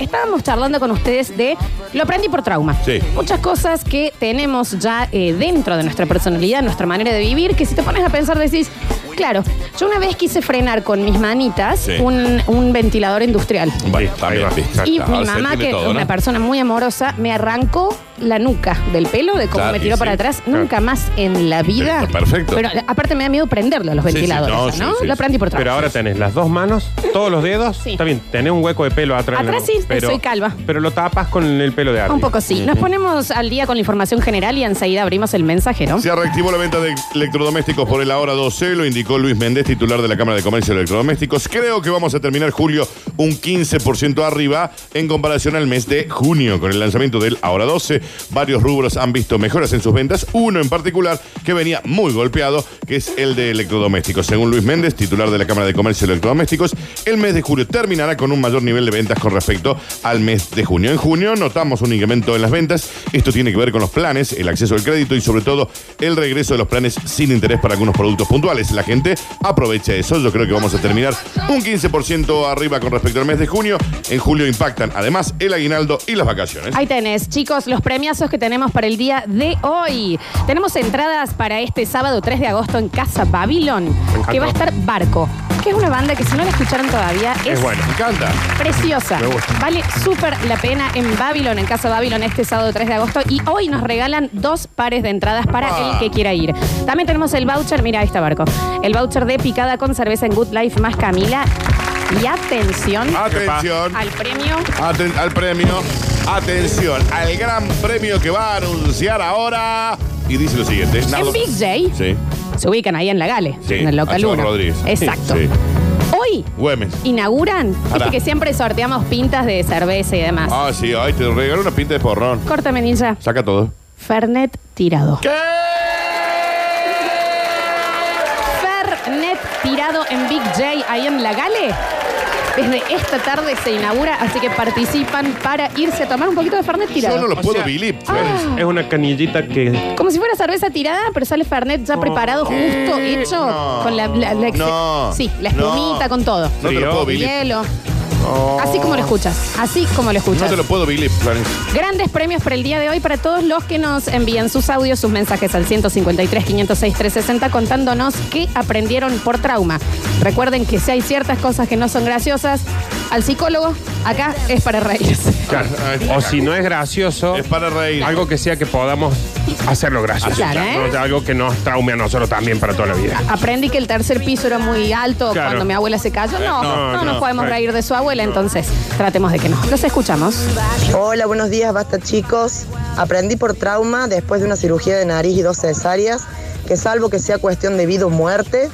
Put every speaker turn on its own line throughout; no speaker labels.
estábamos charlando con ustedes de lo aprendí por trauma.
Sí.
Muchas cosas que tenemos ya eh, dentro de nuestra personalidad, nuestra manera de vivir, que si te pones a pensar decís, claro, yo una vez quise frenar con mis manitas
Sí.
un, un ventilador industrial.
Bueno,
Sí,
también,
ahí va.
viste.
Y
Ahora
mi
se
mamá,
Ah, tiene
que es
todo, ¿no?
una persona muy amorosa, me arrancó la nuca del pelo, de cómo
Claro,
me
y
tiró
sí,
para atrás.
claro.
Nunca más en la vida.
Está perfecto.
Pero aparte me da miedo prenderlo a los
Sí, sí,
ventiladores,
no,
¿no?
sí, sí,
lo aprendí por trauma.
Pero ahora tenés las dos manos, todos los dedos.
Sí.
Está bien, tenés un hueco de pelo atrás. en la
Atrás
mano,
sí, soy calva.
Pero lo tapas con el pelo de arriba.
Un poco sí. Nos ponemos al día con la información general y enseguida abrimos el mensajero.
Se reactivó la venta de electrodomésticos por el ahora 12, lo indicó Luis Méndez, titular de la Cámara de Comercio de Electrodomésticos. Creo que vamos a terminar julio un 15% arriba en comparación al mes de junio. Con el lanzamiento del ahora 12, varios rubros han visto mejoras en sus ventas, uno en particular que venía muy golpeado, que es el de electrodomésticos. Según Luis Méndez, titular de la Cámara de Comercio de Electrodomésticos, el mes de julio terminará con un mayor nivel de ventas con respecto al mes de junio. En junio notamos un incremento en las ventas. Esto tiene que ver con los planes, el acceso al crédito y sobre todo el regreso de los planes sin interés para algunos productos puntuales. La gente aprovecha eso. Yo creo que vamos a terminar un 15% arriba con respecto al mes de junio. En julio impactan además el aguinaldo y las vacaciones.
Ahí tenés, chicos, los premiazos que tenemos para el día de hoy. Tenemos entradas para este sábado 3 de agosto en Casa Babilón,
encantó.
que va a estar Barco, que es una banda que si no la escucharon todavía es,
Es bueno.
Me encanta.
preciosa.
Me gusta.
Vale súper la pena en Babilón, en Casa Babilón, este sábado 3 de agosto. Y hoy nos regalan dos pares de entradas para
Ah.
el que quiera ir. También tenemos el voucher, mira, ahí está Barco. El voucher de picada con cerveza en Good Life más Camila. Y atención
Ah.
Atención.
al premio.
Aten- al premio. Atención al gran premio que va a anunciar ahora. Y dice lo siguiente. Nardo-
En Big J.
Sí.
Se ubican ahí en la Gale,
Sí,
en el local
Achado
1.
Rodríguez.
Exacto.
Sí.
Hoy
Güemes.
inauguran,
Pará.
viste que siempre sorteamos pintas de cerveza y demás.
Ah, sí, ay, te regaló una pinta de porrón.
Córtame, ninja.
Saca todo.
Fernet tirado.
¿Qué?
Fernet tirado en Big J, ahí en la Gale. Desde esta tarde se inaugura, así que participan para irse a tomar un poquito de Fernet tirado.
Yo no lo
O
puedo
sea-
believe.
Ah.
Es una canillita que.
Como si fuera cerveza tirada, pero sale Fernet ya preparado, justo
¿Qué?
hecho.
No.
Con la, la- la-
No.
Sí, la espumita,
No.
con todo.
No te lo
Frío.
puedo believe.
Hielo. Así como lo escuchas. Así como lo escuchas.
No te lo puedo believe, Florencia.
Grandes premios para el día de hoy para todos los que nos envían sus audios, sus mensajes al 153 506 360 contándonos qué aprendieron por trauma. Recuerden que si hay ciertas cosas que no son graciosas, al psicólogo acá es para reírse.
Claro.
Ah, es-
O si no es gracioso,
Es para reír.
algo que sea que podamos hacerlo gracioso.
Claro, ¿eh?
No, Algo que nos traume a nosotros también para toda la vida.
Aprendí que el tercer piso era muy alto
Claro. Eh,
cuando mi abuela se cayó. No, no,
no,
nos
no,
podemos
no.
reír de su abuela, entonces tratemos de que no. Los escuchamos.
Hola, buenos días, basta chicos. Aprendí por trauma después de una cirugía de nariz y dos cesáreas que salvo que sea cuestión de vida o muerte,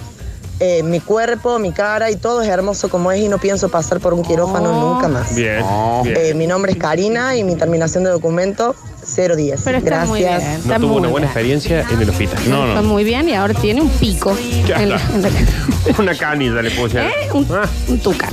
eh, mi cuerpo, mi cara y todo es hermoso como es y no pienso pasar por un quirófano nunca más.
Bien.
No.
bien.
Eh, mi nombre es Karina y mi terminación de documento 010.
Pero está
Gracias.
muy bien. Está
No tuvo
muy
una buena
bien.
experiencia en el hospital.
No,
Está
no.
muy bien y ahora tiene un pico.
Claro.
en la- en la-
Una canilla le puse.
¿Eh? Un,
Ah,
un tucán.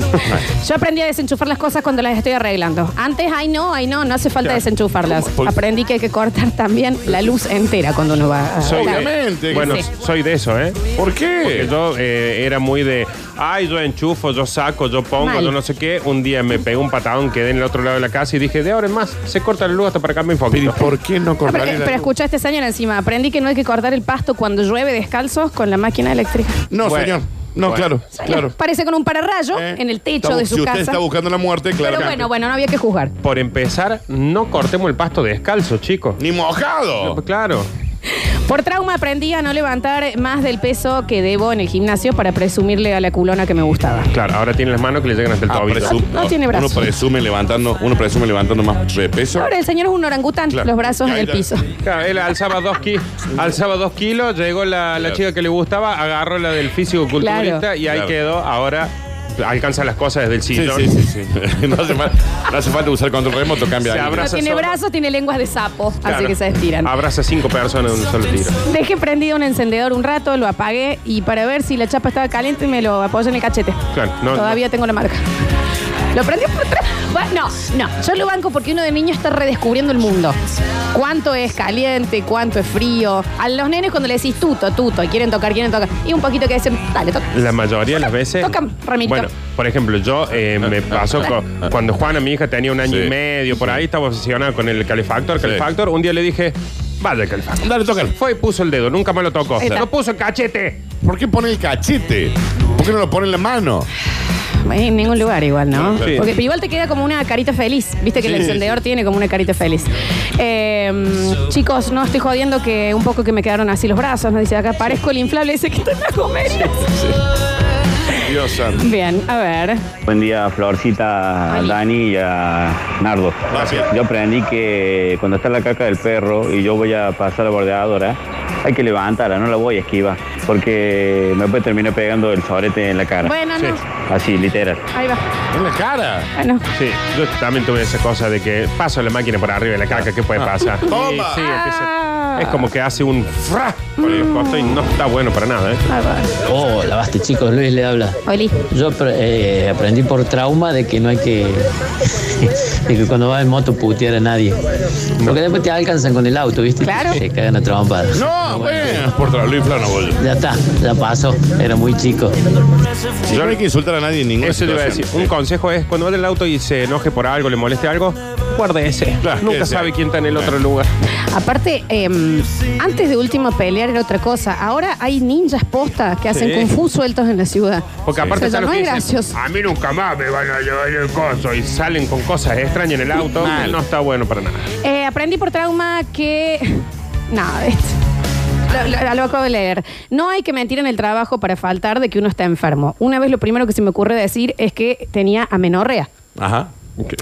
Yo aprendí a desenchufar las cosas cuando las estoy arreglando. Antes, ay no, ay no, no hace falta
Claro.
desenchufarlas.
Por-
Aprendí que hay que cortar también la luz entera cuando uno va a...
soy
Claro.
Obviamente.
de, bueno,
Sí.
soy de eso, ¿eh?
¿Por qué?
Porque yo eh, era muy de, ay, yo enchufo, yo saco, yo pongo,
Mal.
yo no sé qué. Un día me pegó un patadón, quedé en el otro lado de la casa y dije, de ahora en más, se corta la luz hasta para acá me enfoque.
Pero ¿y ¿por qué no
Ah,
cortar
pero,
el-
pero escucha este señor encima, aprendí que no hay que cortar el pasto cuando llueve descalzos con la máquina eléctrica.
No,
Bueno.
señor. No,
Bueno.
claro, claro.
Parece con un pararrayo
Eh,
en el techo
estamos-
de su
si
casa.
usted está buscando la muerte, claro.
pero bueno, bueno, no había que juzgar.
Por empezar, no cortemos el pasto descalzo, chicos.
Ni mojado.
No, Claro.
Por trauma aprendí a no levantar más del peso que debo en el gimnasio para presumirle a la culona que me gustaba.
Claro, ahora tiene las manos que le llegan hasta el
Ah,
tobillo.
presu-
No tiene brazo.
Uno presume levantando, uno presume levantando más de peso.
Ahora el señor es un orangután,
Claro.
los brazos
Y
en
ahí
el
la-
piso.
Claro, él alzaba dos, ki- alzaba dos kilos, llegó la, la chica que le gustaba, agarró la del físico culturista
Claro.
y ahí
Claro.
quedó. Ahora alcanza las cosas desde el
Sí,
sillón.
sí, sí, sí. no, hace falta, no hace falta usar control remoto, cambia.
Se
ahí.
abra-
No
Brazos
tiene
solo.
brazos, tiene lenguas de sapo, así
Claro. Ah.
que se estiran.
Abraza cinco personas de un solo tiro.
Dejé prendido un encendedor un rato, lo apagué y para ver si la chapa estaba caliente me lo apoyé en el cachete.
Claro, no,
Todavía tengo la marca. Lo aprendió por trauma. Bueno, no, no. Yo lo banco porque uno de niño está redescubriendo el mundo. Cuánto es caliente, cuánto es frío. A los nenes cuando le decís tuto, tuto, y quieren tocar, quieren tocar. Y un poquito que dicen, dale, toca.
La mayoría de las veces.
Tocan, Ramito.
Bueno, por ejemplo, yo eh, me pasó co- cuando Juana, mi hija, tenía un año
Ah, Sí.
y medio, por ahí estaba obsesionada con el calefactor,
Sí.
calefactor. Un día le dije, vaya el calefactor.
Dale, toca.
Fue y puso el dedo, nunca más lo tocó.
Ahí está.
Lo puso el cachete.
¿Por qué pone el cachete? ¿Por qué no lo pone en la mano?
En ningún lugar igual, ¿no?
Sí.
Porque pero igual te queda como una carita feliz. Viste que el
Sí,
encendedor tiene como una carita feliz. Eh, chicos, no estoy jodiendo que un poco que me quedaron así los brazos. Nos dice acá, parezco el inflable ese que está en las gomeras.
Dios santo.
Bien, a ver.
Buen día, Florcita,
Ay.
Dani y a Nardo.
Gracias.
Yo aprendí que cuando está la caca del perro y yo voy a pasar la bordeadora, hay que levantarla, no la voy a esquivar, porque me puede terminar pegando el sobrete en la cara.
Bueno, no.
Así, literal.
Ahí va.
En la cara.
Bueno.
Sí, yo también tuve esa cosa de que paso la máquina por arriba de la caca, ¿qué puede pasar?
Ah. Toma.
Sí, sí,
Ah. Mm.
empieza- es como que hace un fra por el costo y no está bueno para nada, ¿eh?
Ahí va.
Hola, Oh, basta chicos, Luis le habla.
Oli.
Yo apre- eh, aprendí por trauma de que no hay que. de que cuando vas en moto putear a nadie. Porque después te alcanzan con el auto, ¿viste?
Claro.
Se cagan a trompadas.
No, bueno. Por trabajo y plano, boludo.
Ya está, ya pasó. Era muy chico.
Yo no hay que insultar a nadie en ninguna
Eso te iba a decir.
situación.
Un consejo es cuando va en el auto y se enoje por algo, le moleste algo, guarde ese.
Claro,
Nunca
ese.
sabe quién está en el otro lugar.
Aparte, em, antes de último pelear era otra cosa. Ahora hay ninjas postas que hacen
Sí.
kung fu sueltos en la ciudad.
Porque
O sea,
aparte están
no
los
es
que dicen,
gracioso.
a mí nunca más me van a llevar el coso y salen con cosas extrañas en el auto. No está bueno para nada.
Eh, aprendí por trauma que. Nada, esto. Lo, lo- lo acabo de leer. No hay que mentir en el trabajo para faltar de que uno está enfermo. Una vez lo primero que se me ocurre decir es que tenía amenorrea.
Ajá.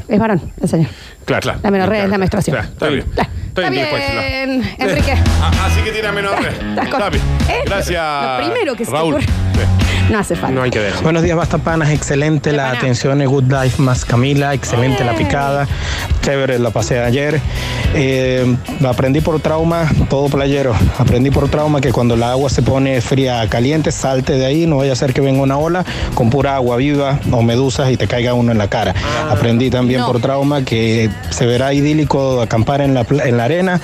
Es varón, el señor.
Claro, claro.
La amenorrea es la menstruación.
Claro, está bien. pues,
Está,
Estoy
está
en
bien, Enrique.
Ah, así que tiene menor. Está bien.
Eh,
Gracias.
lo primero que se te
Raúl.
ocurre. No hace falta.
No hay que decir.
Buenos días, Basta Panas. Excelente la
Pana.
atención de Good Life más Camila. Excelente la
Bien.
picada. Chévere, la pasé ayer. Eh, aprendí por trauma, todo playero. Aprendí por trauma que cuando la agua se pone fría a caliente, salte de ahí. No vaya a ser que venga una ola con pura agua viva o medusas y te caiga uno en la cara. aprendí también
No.
por trauma que se verá idílico acampar en la, pla- en la arena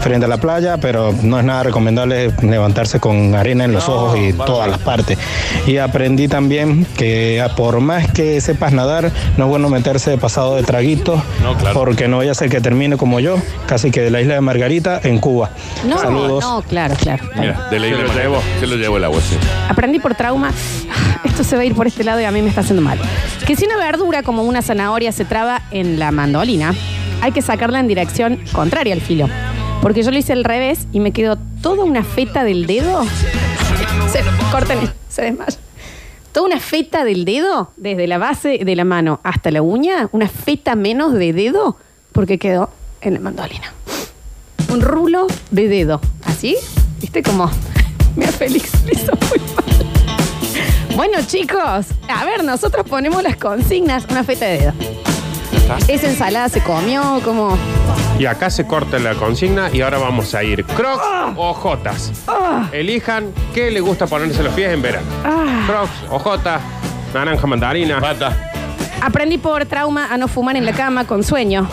frente a la playa, pero no es nada recomendable levantarse con arena en los ojos y todas las partes. Y aprendí también que a por más que sepas nadar, no es bueno meterse de pasado de traguitos,
No, claro.
porque no vaya a ser que termine como yo, casi que de la isla de Margarita en Cuba.
No,
Saludos.
no, claro, claro.
Mira, de ley
Se
de
lo
manera.
llevo.
Se lo llevo el agua, sí.
Aprendí por trauma. Esto se va a ir por este lado y a mí me está haciendo mal. Que si una verdura como una zanahoria se traba en la mandolina, hay que sacarla en dirección contraria al filo. Porque yo lo hice al revés y me quedó toda una feta del dedo. Se corten, se desmaya. Toda una feta del dedo, desde la base de la mano hasta la uña, una feta menos de dedo, porque quedó en la mandolina. Un rulo de dedo. ¿Así? ¿Viste cómo? Mira, Félix, le hizo muy mal. Bueno, chicos, a ver, nosotros ponemos las consignas, una feta de dedo. Esa ensalada se comió, como.
Y acá se corta la consigna y ahora vamos a ir crocs o jotas. Elijan qué le gusta ponerse los pies en verano.
ah,
Crocs o jotas, naranja mandarina.
Bata.
Aprendí por trauma a no fumar en la cama con sueño.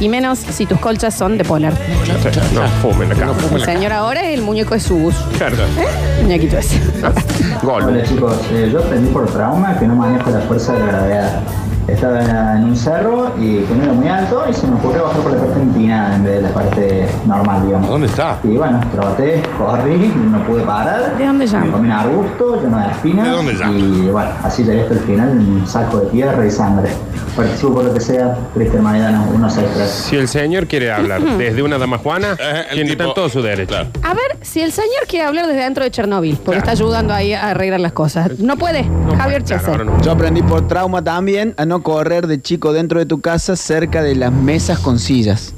Y menos si tus colchas son de polar.
Sí, No fumen acá.
El señor ahora es el muñeco de Subus.
Claro.
¿Eh? Muñequito ese.
Gol.
Hola chicos, Eh, yo aprendí por trauma que no manejo la fuerza de la gravedad. Estaba en un cerro y que no era muy alto y se me ocurrió bajar por la parte inclinada en vez de la parte normal, digamos.
¿Dónde está?
Y bueno, troté, corrí, no pude parar.
¿De dónde llama?
Me comí un arbusto lleno de espinas.
¿De dónde llama?
Y bueno, así llegué hasta el final en un saco de tierra y sangre. Participo por lo que sea, Cristian Maidana, unos extras.
Si el señor quiere hablar desde una dama juana,
Eh, el
tiene
tipo-
tan todo su derecho.
Claro.
A ver, si el señor quiere hablar desde dentro de Chernóbil, porque está ayudando ahí a arreglar las cosas. No puede,
No,
Javier
claro,
Chesel.
ahora no.
Yo aprendí por trauma también a no correr de chico dentro de tu casa cerca de las mesas con sillas.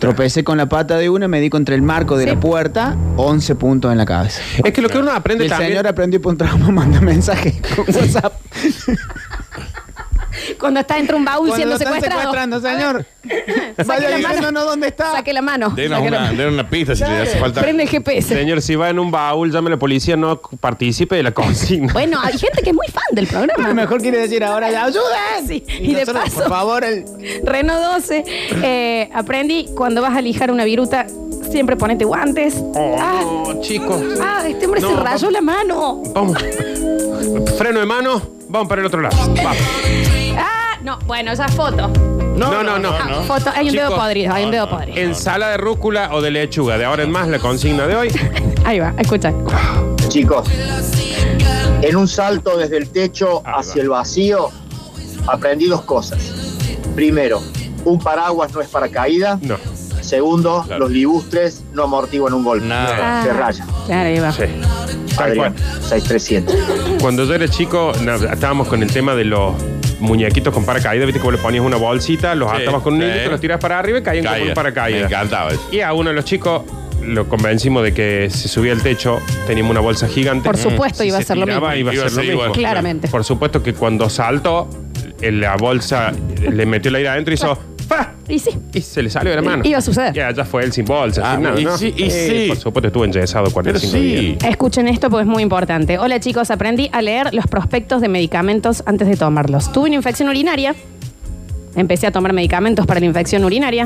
Tropecé con la pata de una, me di contra el marco de
Sí.
la puerta, 11 puntos en la cabeza.
Es que lo que uno aprende
El
también.
señor aprendió por trauma, manda mensaje con WhatsApp.
Cuando está entre un baúl siendo
Cuando lo están
secuestrado. Ah,
secuestrando, señor.
Saque
Vaya
la mano.
diciéndonos dónde está.
Saque la mano.
Denos
Saque la
una,
mano.
denos una pista si le hace falta.
Prende el GPS.
Señor, si va en un baúl, llame a la policía, no participe de la consigna.
Bueno, hay gente que es muy fan del programa.
A lo mejor quiere decir ahora, ya, ayuden.
Sí, y de
nosotros,
paso-
Por favor, el...
Reno 12. Eh, aprendí cuando vas a lijar una viruta, siempre ponete guantes. ah,
Oh, chicos.
ah, este hombre se
No,
rayó la mano.
Vamos. Freno de mano, vamos para el otro lado. Vamos.
Ah, no, bueno, esa foto.
No, no, no.
Ah, foto. Hay un dedo
Chicos,
podrido, hay un
Ah,
dedo podrido.
Ensalada de rúcula o de lechuga. De ahora en más, la consigna de hoy.
Ahí va, escucha.
Chicos, en un salto desde el techo
Ahí
hacia
va.
el vacío, aprendí dos cosas. Primero, un paraguas no es para caída.
No.
Segundo,
Claro.
los libustres no amortiguan un golpe.
Nada.
Se rayan.
Ah, Claro, ahí va.
Ah. Sí. Tal
Adrián,
cual.
6300.
Cuando yo era chico, na- estábamos con el tema de los muñequitos con paracaídas. Viste que vos le ponías una bolsita, los
Sí,
atabas con un
sí.
hilo, te los tiras para arriba y caían como
Caída.
un
Me
paracaídas.
encantaba eso.
Y a uno de los chicos lo convencimos de que si subía al techo teníamos una bolsa gigante.
Por supuesto
Si
iba a
se
ser lo
tiraba,
mismo.
Iba a ser lo mismo.
igual.
Claramente.
Por supuesto que cuando saltó, en la bolsa le metió el aire adentro y hizo ¡fa!
Y sí.
Y se le salió de la mano.
Iba a suceder.
Ya, ya fue él sin bolsa,
Ah,
sin nada,
y
¿no? Eh,
sí, y sí.
Por supuesto estuvo enyesado
Pero
45
sí.
días.
Escuchen esto porque es muy importante. Hola chicos, aprendí a leer los prospectos de medicamentos antes de tomarlos. Tuve una infección urinaria. Empecé a tomar medicamentos para la infección urinaria.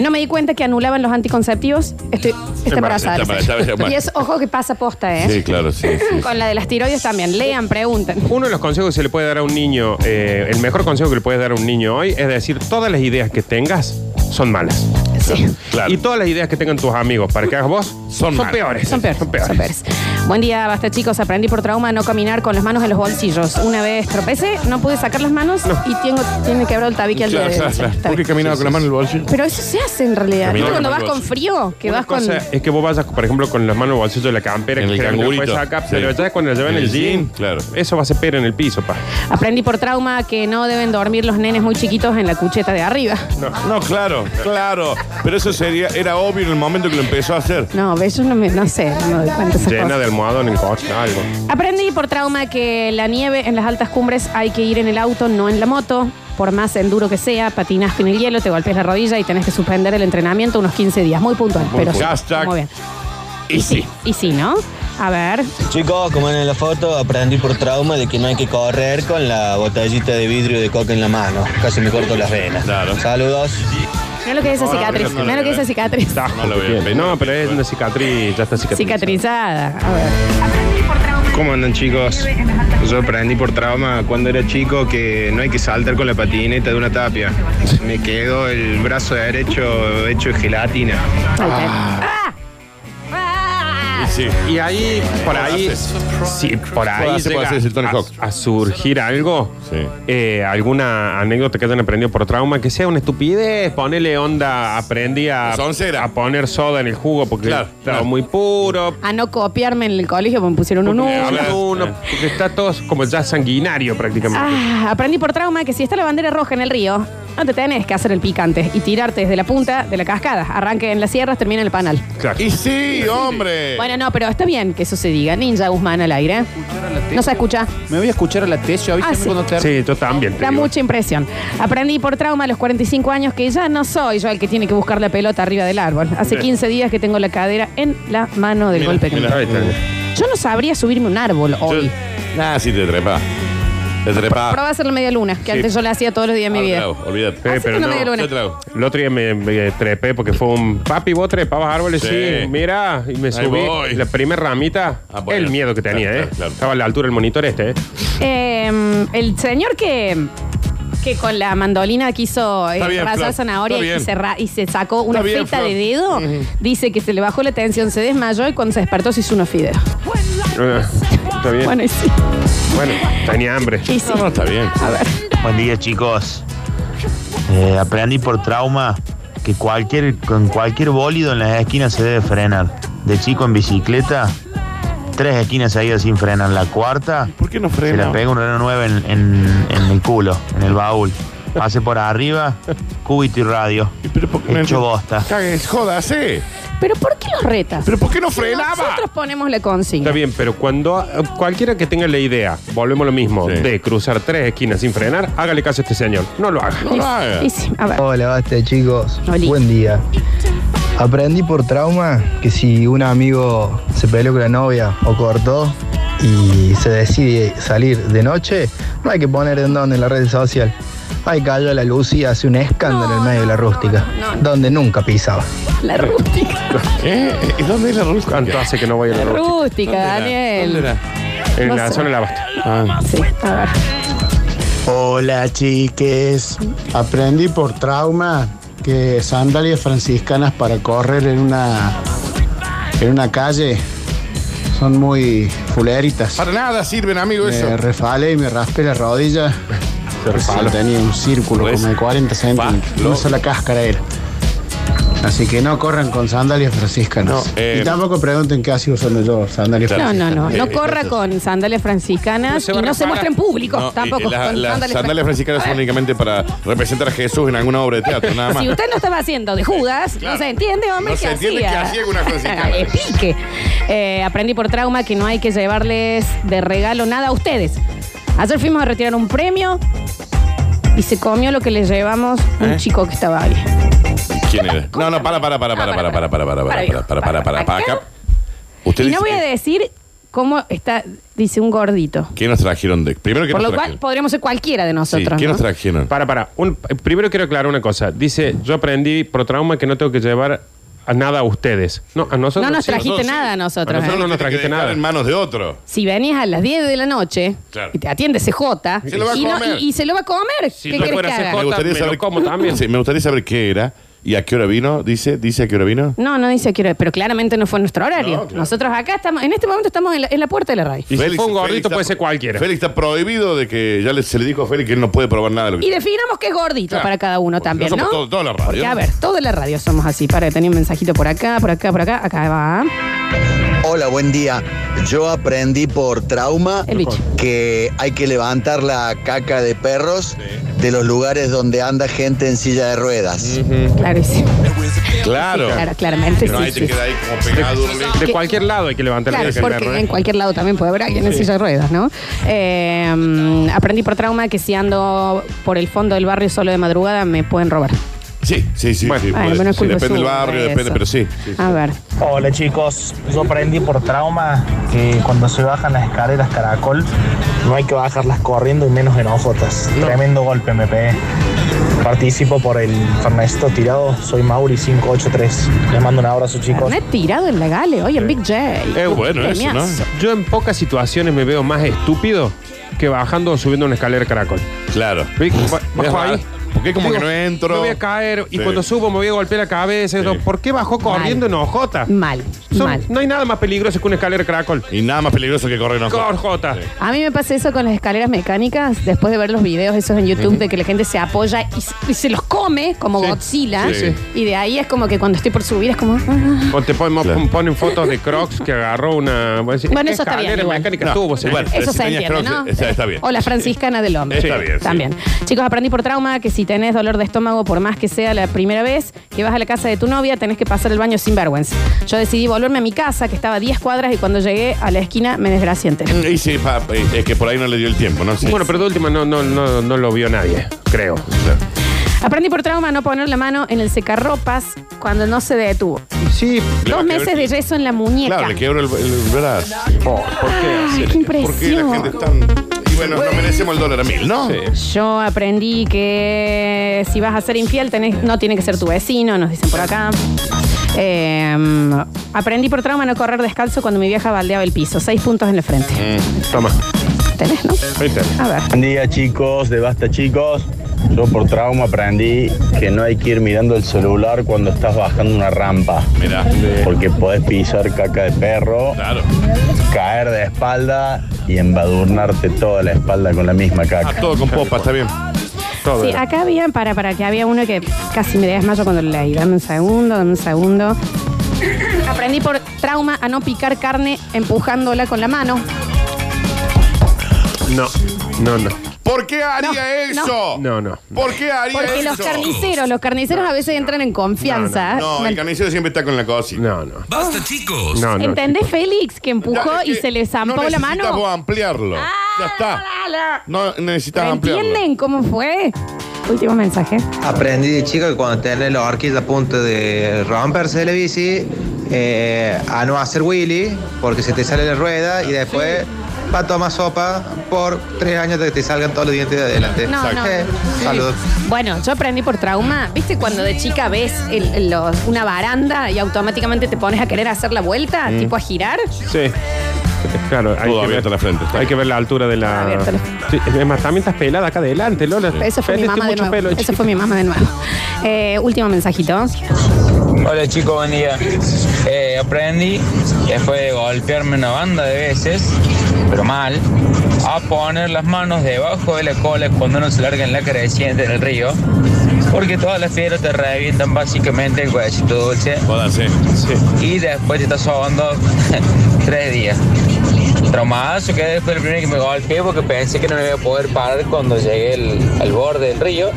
No me di cuenta que anulaban los anticonceptivos. Estoy está embarazada.
Está embarazada, está embarazada.
Y es ojo que pasa posta, ¿eh?
Sí, claro, sí. sí.
Con la de las tiroides también. Lean, pregunten.
Uno de los consejos que se le puede dar a un niño, eh, el mejor consejo que le puedes dar a un niño hoy es decir, todas las ideas que tengas son malas.
Sí.
Claro.
Y todas las ideas que tengan tus amigos para que hagas vos son,
malas.
peores.
Son peores, son peores. Buen día, basta chicos. Aprendí por trauma a no caminar con las manos en los bolsillos. Una vez tropecé, no pude sacar las manos y tengo, tiene quebrado el tabique al
Claro,
dedo.
claro,
Sí,
claro.
está
¿Por qué
bien.
caminaba con la mano en el bolsillo?
Pero eso se hace en realidad.
Caminar
¿Viste cuando
con
vas
el
con
bolso.
frío? Que
Una
vas con.
cosa es que vos vayas, por ejemplo, con las manos en el bolsillo de la campera,
En
que
el
generalmente no puedes
cangurito,
sacar,
sí.
pero ya es cuando la llevan en el jean,
claro.
eso va a ser pera en el piso, pa.
Aprendí por trauma que no deben dormir los nenes muy chiquitos en la cucheta de arriba.
No, claro, claro. Pero eso sería, era obvio en el momento que lo empezó a hacer.
No, ve, yo no me. No sé, no me doy cuenta de esas
Llena
cosas.
de almohadón en el coche, algo.
Aprendí por trauma que la nieve en las altas cumbres hay que ir en el auto, no en la moto. Por más enduro que sea, patinas con el hielo, te golpeas la rodilla y tenés que suspender el entrenamiento unos 15 días. Muy puntual, pero sí,
Hashtag
muy bien.
Y sí.
Y sí, ¿no? A ver,
Chicos, como en la foto, aprendí por trauma de que no hay que correr con la botellita de vidrio de coca en la mano. Casi me corto las venas.
Claro.
Saludos.
mira lo que es esa
No, no,
cicatriz.
no, no, no,
Mira lo que es esa
no.
cicatriz.
Ah,
No lo veo.
No, pero es una cicatriz, ya está cicatrizada.
Cicatrizada. A ver.
¿Cómo andan chicos? Yo aprendí por trauma cuando era chico que no hay que saltar con la patineta de una tapia. Me quedó el brazo derecho hecho de gelatina.
Ahí está. ¡Ah! ¡Ah!
Y sí.
Y ahí, por
Lo
ahí,
haces.
sí, por
Lo
ahí
haces, lo
llega
haces, el Tony Hawk.
a, a surgir algo,
Sí.
eh, alguna anécdota que hayan aprendido por trauma, que sea una estupidez, ponele onda, aprendí a,
La soncera.
a poner soda en el jugo porque
Claro,
estaba
claro.
muy puro.
A Ah, no copiarme en el colegio porque me pusieron un
porque
uno.
habla uno, porque está todo como ya sanguinario prácticamente.
Ah, aprendí por trauma que si está la bandera roja en el río, no te tenés que hacer el picante y tirarte desde la punta de la cascada. Arranque en las sierras, termina en el panal.
Claro.
Y sí, hombre.
Bueno, no, pero está bien que eso se diga. Ninja Guzmán al aire. ¿eh? No se escucha.
Me voy a escuchar a la techo, avísame
Ah, sí.
cuando te...
Sí, yo también. te
Da
digo.
mucha impresión. Aprendí por trauma a los 45 años que ya no soy yo el que tiene que buscar la pelota arriba del árbol. Hace
Sí.
15 días que tengo la cadera en la mano del
Mira,
golpe que me
mira.
Ahí está.
dio. Yo no sabría subirme un árbol hoy.
Ah. Nah, sí te trepa. Te trepa.
Probá hacer la media luna, que antes yo la hacía todos los días
Ah,
de mi vida.
Olvídate.
Eh,
Hacete
pero
una
no,
media luna.
Yo trago.
El otro día me, me trepé porque fue un papi, vos trepabas árboles, sí,
Sí.
mira, y me
Ahí
subí.
voy.
La primera ramita,
Ah, bueno.
el miedo que
Claro,
tenía,
claro,
¿eh?
claro.
Estaba a la altura del monitor este, ¿eh?
Eh, el señor que, que con la mandolina quiso eh,
Está bien,
rayar
Flor.
zanahoria
Está
y
bien.
se, ra- y se sacó una
Está bien,
feta
Flor.
de dedo, dice que se le bajó la tensión, se desmayó y cuando se despertó se hizo unos fideos.
Eh, Está bien.
Bueno,
Bueno,
y sí.
tenía hambre.
y sí.
No, no, está bien.
Buen día, chicos. Eh, aprendí por trauma que cualquier, con cualquier bólido en las esquinas se debe frenar. De chico en bicicleta, tres esquinas seguidas sin frenar. La cuarta,
¿Por qué no
Se la
frena?
pega un Renault 9 en, en- en el culo, en el baúl. Pase por arriba, cúbito y radio.
¿Pero por qué no
Hecho
entiendo?
bosta.
Cagues, joda, sí.
¿Pero por qué los retas?
¿Pero por qué no
Si
frenaba?
Nosotros ponemos la consigna.
Está bien, pero cuando ah, cualquiera que tenga la idea, volvemos a lo mismo, de cruzar tres esquinas sin frenar, hágale caso a este señor. No lo haga.
Y sí, a ver.
Hola, basta chicos. Buen día. Aprendí por trauma que si un amigo se peleó con la novia o cortó y se decide salir de noche, no hay que poner en donde en la red social. Hay que a la luz y hace un escándalo en medio de la rústica, donde nunca pisaba.
La rústica.
¿Eh? ¿Y dónde es la rústica?
¿Cuánto hace que no voy a la
La
rústica?
rústica, Daniel.
En
No
la
sé.
zona del abasto.
Ah,
Sí, a ver.
Hola chiques, aprendí por trauma que sandalias franciscanas para correr en una en una calle son muy fuleritas.
Para nada sirven, amigo,
me
Ah, eso.
refale y me raspe la rodilla.
refalo.
Sí, tenía un círculo
Pues,
como de 40 centímetros,
lo-
una sola cáscara era. Así que no corran con sandalias franciscanas.
No, eh,
y tampoco pregunten qué ha sido usando yo, sandalias
No, no,
franciscanas.
no. No corra con sandalias franciscanas y no se muestra en público.
No,
tampoco.
eh, la-
con
las
sandalias
sandalias, franciscanas son únicamente para representar a Jesús en alguna obra de teatro, nada más.
Si usted no estaba haciendo de Judas, no se entiende, hombre,
No
que
se entiende
hacía.
qué hacía con una franciscana.
Explique. Eh, aprendí por trauma que no hay que llevarles de regalo nada a ustedes. Ayer fuimos a retirar un premio y se comió lo que le llevamos un
¿Eh?
chico que estaba ahí.
¿Quién era? No, no, para, para, para, para, para, para, para, para, para, para, para, para, para, para, acá. Usted
Y
dice
no voy a decir cómo está, dice un gordito.
¿Quién nos trajeron de? Primero que
Por
nos
lo cual
trajeron.
podríamos ser cualquiera de nosotros. ¿no?
trajeron?
Para, para. Un- eh, primero quiero aclarar una cosa. Dice, yo aprendí por trauma que no tengo que llevar a nada a ustedes. No, a nosotros.
No nos
sí.
trajiste
Nosotros sí.
nada a nosotros,
A nosotros
¿eh?
no nos trajiste nada.
en manos de otro.
Si venís a las 10 de la noche
Claro.
y te atiende CJ
Se lo va a
y, no-
comer.
y- y se lo va a comer, ¿qué
no
querés
fuera
que haga?
CJ, me lo como también.
Sí, me gustaría saber qué era y a qué hora vino. Dice, dice a qué hora vino.
No, no dice quiero, pero claramente no fue nuestro horario. Nosotros acá estamos, en este momento estamos en la, en la puerta de la radio.
Y si fue un gordito, puede ser cualquiera.
Félix está prohibido de que ya le- se le dijo a Félix que él no puede probar nada de lo que
Y definamos que es gordito
Claro.
para cada uno
No
también,
somos
¿no?
todo- toda la radio.
Porque, a ver, toda la radio somos así. Para, tenía un mensajito por acá, por acá, por acá. Acá va.
Hola, buen día. Yo aprendí por trauma que hay que levantar la caca de perros de los lugares donde anda gente en silla de ruedas.
Claro, y sí.
Claro.
Claro, claramente
Pero
sí,
ahí te
sí.
queda ahí como pegado.
De cualquier lado hay que levantar
Claro,
la caja de
porque
perro, ¿eh?
en cualquier lado también puede haber alguien en
Sí.
silla de ruedas, ¿no? Eh, mm, aprendí por trauma que si ando por el fondo del barrio solo de madrugada me pueden robar.
Sí, sí, sí. sí,
Bueno,
puede-
bueno, es
sí,
culpa
depende del
suya,
barrio,
eso. Ah.
depende, pero sí. sí, sí.
A ver.
Hola chicos, yo aprendí por trauma que cuando se bajan las escaleras caracol no hay que bajarlas corriendo y menos en ojotas. Tremendo golpe me pegué. Participo por el Fernesto Tirado, soy Mauri583. Les mando un abrazo chicos.
Me he tirado en la gale hoy en Big J.
Es bueno eso, ¿no?
Premiazo.
Yo en pocas situaciones me veo más estúpido que bajando o subiendo una escalera caracol.
Claro. Es
Bajo
raro,
ahí.
porque como
Digo,
que no entro.
Me voy a caer y
Sí.
cuando subo me voy a golpear la cabeza. Digo, ¿Por qué bajó corriendo en ojota?
Mal,
Son-
mal.
No hay nada más peligroso que una escalera caracol.
Y nada más peligroso que correr en ojota.
Corjota.
A mí me pasa eso con las escaleras mecánicas, después de ver los videos esos en YouTube de que la gente se apoya y, s- y se los come como Godzilla.
Sí, sí.
Y de ahí es como que cuando estoy por subir es como... ah,
O te ponen, ponen fotos de Crocs que agarró una. voy a decir,
Bueno,
¿qué
eso está bien
escalera
igual.
mecánica
No,
tuvo, señor?
bueno, Eso si se tenías entiende, Crocs, ¿no? está-
bien.
O la franciscana del hombre.
Está bien, sí.
También. Chicos, aprendí por trauma que si tenés dolor de estómago, por más que sea la primera vez que vas a la casa de tu novia, tenés que pasar el baño sin vergüenza. Yo decidí volverme a mi casa, que estaba a 10 cuadras, y cuando llegué a la esquina me desgracié entera.
Y sí, pa- eh, es que por ahí no le dio el tiempo, ¿no? Sí.
Bueno, pero de última no, no, no, no lo vio nadie, creo.
Aprendí por trauma no poner la mano en el secarropas cuando no se detuvo.
Sí.
Dos meses de yeso en la muñeca.
Claro, le quebro el, el brazo.
Oh,
¿Por qué?
Ay, qué impresión.
Y bueno, no merecemos el dólar a mil, ¿no?
Yo aprendí que si vas a ser infiel, tenés- no tiene que ser tu vecino, nos dicen por acá. Eh, aprendí por trauma no correr descalzo cuando mi vieja baldeaba el piso. Seis puntos en la frente.
Toma.
Mm.
¿Tenés, no? A ver.
Buen día chicos, de basta chicos. Yo por trauma aprendí que no hay que ir mirando el celular cuando estás bajando una rampa.
Mira.
Porque podés pisar caca de perro, caer de espalda y embadurnarte toda la espalda con la misma caca.
todo con popa, está bien.
Todo.
Sí, acá había, para, para, que había uno que casi me desmayo cuando lo leí. Dame un segundo, dame un segundo. Aprendí por trauma a no picar carne empujándola con la mano.
No, no, no.
¿Por qué haría
No, no.
eso?
No, no.
¿Por qué haría
Porque
eso?
los carniceros, Ah, los carniceros a veces entran en confianza.
No, el carnicero siempre está con la cosita.
No, no.
¡Basta, chicos!
Ah,
¿Entendés, Félix, que empujó
Ya, es
y
que
se le zampó
no
la
necesitas vos
mano? Ah,
ampliarlo. ya está. No necesitas ampliarlo.
¿Entienden cómo fue? Último mensaje.
Mm. Aprendí de chico que cuando tenés la horquilla a punto de romperse la bici, eh, a no hacer Willy, porque se te sale la rueda y después va a tomar sopa por tres años de que te salgan todos los dientes de adelante.
No, no.
Eh,
Sí.
Saludos.
Bueno, yo aprendí por trauma. ¿Viste cuando de chica ves el- los- una baranda y automáticamente te pones a querer hacer la vuelta,
Mm.
tipo a girar?
Sí. Claro, hay que, ver,
la frente,
hay que ver la altura de la.
abierta la-
Sí, es más, también estás pelada acá adelante, Lola.
Eso fue mi
Perdiste
mamá de
mucho
nuevo.
pelo,
Eso fue mi mamá de nuevo. Eh, último mensajito.
Hola chicos, buen día. Eh, aprendí, después de golpearme una banda de veces, pero mal, a poner las manos debajo de la cola cuando uno se larga en la creciente del río, porque todas las piedras te revientan básicamente el huesito dulce. Y después te estás sobando tres días. Traumadazo que después el primero que me golpeé porque pensé que no me iba a poder parar cuando llegué el- al borde del río.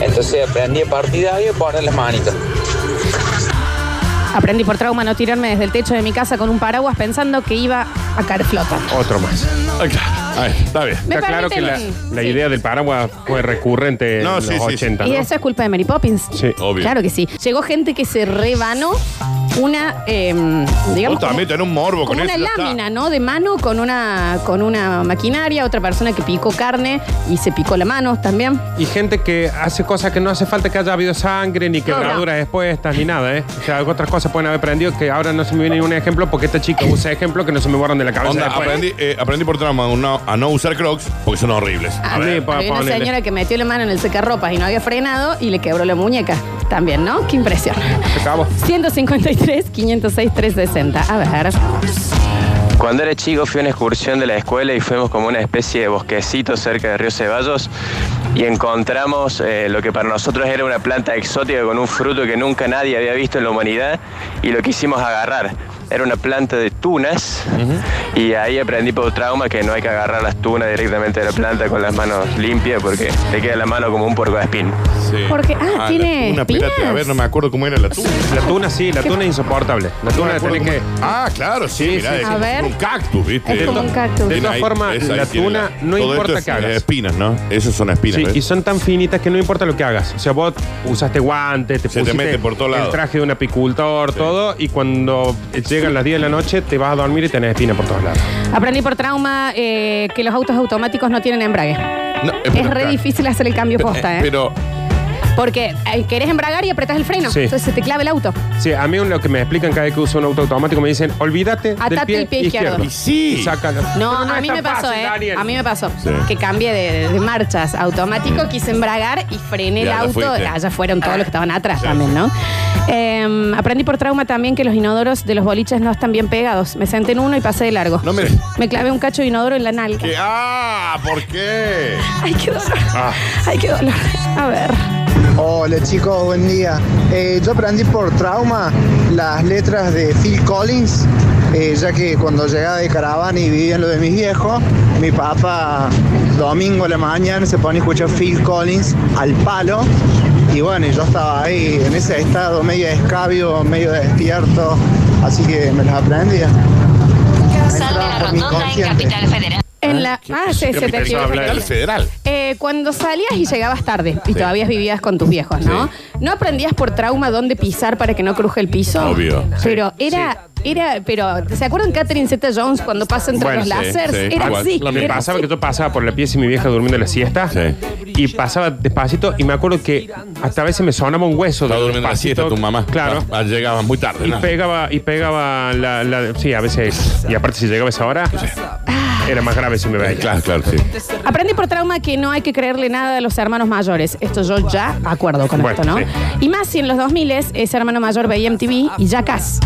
Entonces aprendí a partir de ahí a poner las manitas.
Aprendí por trauma a no tirarme desde el techo de mi casa con un paraguas pensando que iba a caer flotando.
Otro más.
está bien.
Me
Está claro que la,
permiten-
la idea del paraguas fue recurrente en
No,
los
sí, sí, sí.
80,
Y
¿no?
eso es culpa de Mary Poppins.
Sí, obvio.
Claro que sí. Llegó gente que se rebanó una, eh, digamos,
Vos también tenés un morbo con
como una
eso. ya está.
lámina, ¿no? De mano con una, con una maquinaria, otra persona que picó carne y se picó la mano también.
Y gente que hace cosas que no hace falta que haya habido sangre, ni quebraduras expuestas, ni nada, ¿eh? O sea, otras cosas pueden haber aprendido que ahora no se me viene ningún ejemplo porque esta chica usa ejemplos que no se me borran de la cabeza.
Onda,
después.
aprendí, eh, aprendí por trama a no- a no usar crocs porque son horribles.
Ah,
A ver.
Había una señora que metió la mano en el secarropas y no había frenado y le quebró la muñeca. También, ¿no? Qué impresión.
Acabo.
153, 506, 360. A ver.
Cuando era chico fui a una excursión de la escuela y fuimos como una especie de bosquecito cerca de Río Ceballos y encontramos eh, lo que para nosotros era una planta exótica con un fruto que nunca nadie había visto en la humanidad y lo quisimos agarrar. Era una planta de tunas y ahí aprendí por trauma que no hay que agarrar las tunas directamente de la planta con las manos limpias porque te queda la mano como un puerco de espín.
Porque- ah, tiene
Una pirata. A ver, no me acuerdo cómo era la tuna.
La tuna sí, la tuna es insoportable.
No
La
me
tuna la
acuerdo
tenés que.
cómo- Ah, claro, sí, mirá,
sí,
es
sí. A ver.
un cactus, ¿viste?
Es como un cactus. De
Tiene
todas
ahí-
formas,
ves, ahí
la
tiene
tuna no
todo
importa
esto es,
que hagas.
eh, espinas, ¿no? Esas son espinas,
Sí,
¿ves?
y son tan finitas que no importa lo que hagas. O sea, vos usaste guantes, te
Se te
pusiste
mete por todos lados.
el traje de un apicultor, todo, y cuando llegan las 10 de la noche te vas a dormir y tenés espinas por todos lados.
Aprendí por trauma eh, que los autos automáticos no tienen embrague. es re difícil hacer el cambio posta, ¿eh?
Pero
Porque eh, querés embragar y apretás el freno.
Sí.
Entonces se te clava el auto.
Sí, a mí lo que me explican cada vez que uso un auto automático me dicen, olvídate del
Atate
pie,
el pie izquierdo".
izquierdo.
Y
sí.
Sácalo.
No,
Pero
a
es
mí
tan
me pasó,
fácil,
¿eh?
Daniel.
A mí me pasó.
Sí. Mm.
Que cambié de, de marchas automático, quise embragar y frené el
Ya, ya
auto.
fuiste.
Allá fueron todos los que estaban atrás también, ¿no? Eh, aprendí por trauma también que los inodoros de los boliches no están bien pegados. Me senté en uno y pasé de largo.
No me-
me clavé un cacho de inodoro en la nalga.
¡Ah! ¿Por qué?
Ay, qué dolor.
Ah.
Ay, qué dolor. A ver.
Hola chicos, buen día. Eh, yo aprendí por trauma las letras de Phil Collins, eh, ya que cuando llegaba de caravana y vivía en lo de mis viejos, mi papá domingo a la mañana se pone a escuchar Phil Collins al palo. Y bueno, yo estaba ahí en ese estado medio de escabio, medio despierto, así que me las aprendía.
Capital Federal.
En la. Ah, sí, se te activó el
Capital
celular.
federal.
Eh, cuando salías y llegabas tarde y todavía vivías con tus viejos, ¿no? ¿No aprendías por trauma dónde pisar para que no cruje el piso?
Obvio.
Pero era, era, pero ¿se acuerdan Catherine Zeta Jones cuando pasa entre los láseres? era
Igual.
así.
Lo que
era
pasaba
así.
que yo pasaba por la pieza y mi vieja durmiendo la siesta. Y pasaba despacito y me acuerdo que hasta a veces me sonaba un hueso. Estaba durmiendo la siesta tu mamá. Claro.
Llegabas Ah, muy tarde.
Y
¿no?
pegaba, y pegaba la, la- Sí, a veces. Y aparte si llegaba esa hora, Ah. era más grave si me veía.
Eh, Claro, claro, sí.
Aprendí por trauma que no hay que creerle nada a los hermanos mayores. Esto yo ya acuerdo con
Bueno,
esto, ¿no?
sí.
Y más si en los 2000 ese hermano mayor veía MTV y ya casi.